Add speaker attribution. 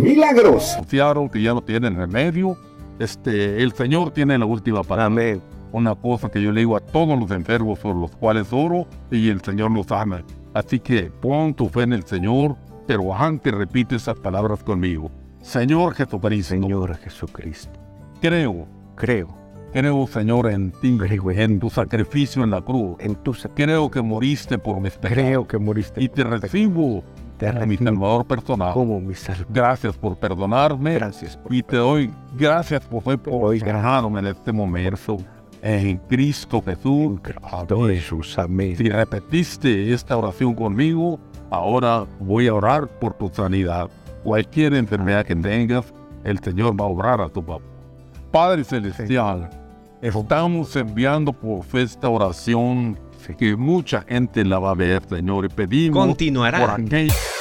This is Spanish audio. Speaker 1: milagros.
Speaker 2: Confiaron que ya no tienen remedio. Este, el Señor tiene la última palabra.
Speaker 1: Amén.
Speaker 2: Una cosa que yo le digo a todos los enfermos por los cuales oro y el Señor los ama. Así que pon tu fe en el Señor, pero antes repite esas palabras conmigo. Señor Jesucristo,
Speaker 1: Señor Jesucristo,
Speaker 2: creo,
Speaker 1: creo
Speaker 2: creo Señor en ti,
Speaker 1: Creo en
Speaker 2: en tu sacrificio en la cruz.
Speaker 1: en tu
Speaker 2: Creo que moriste por mis pecados
Speaker 1: creo que moriste
Speaker 2: y te recibo
Speaker 1: te
Speaker 2: como mi
Speaker 1: recibo
Speaker 2: Salvador personal.
Speaker 1: como mi salvación.
Speaker 2: Gracias por perdonarme
Speaker 1: Gracias por
Speaker 2: y te doy gracias por ser
Speaker 1: doy gracias.
Speaker 2: perdonado en este momento. En Cristo Jesús.
Speaker 1: Cristo Jesús. Amén.
Speaker 2: Si repetiste esta oración conmigo, ahora voy a orar por tu sanidad. Cualquier enfermedad que tengas, el Señor va a obrar a tu papá. Padre Celestial, estamos enviando por fe esta oración
Speaker 1: Sí.
Speaker 2: que mucha gente la va a ver, Señor, y pedimos
Speaker 3: Continuará.
Speaker 2: por aquellos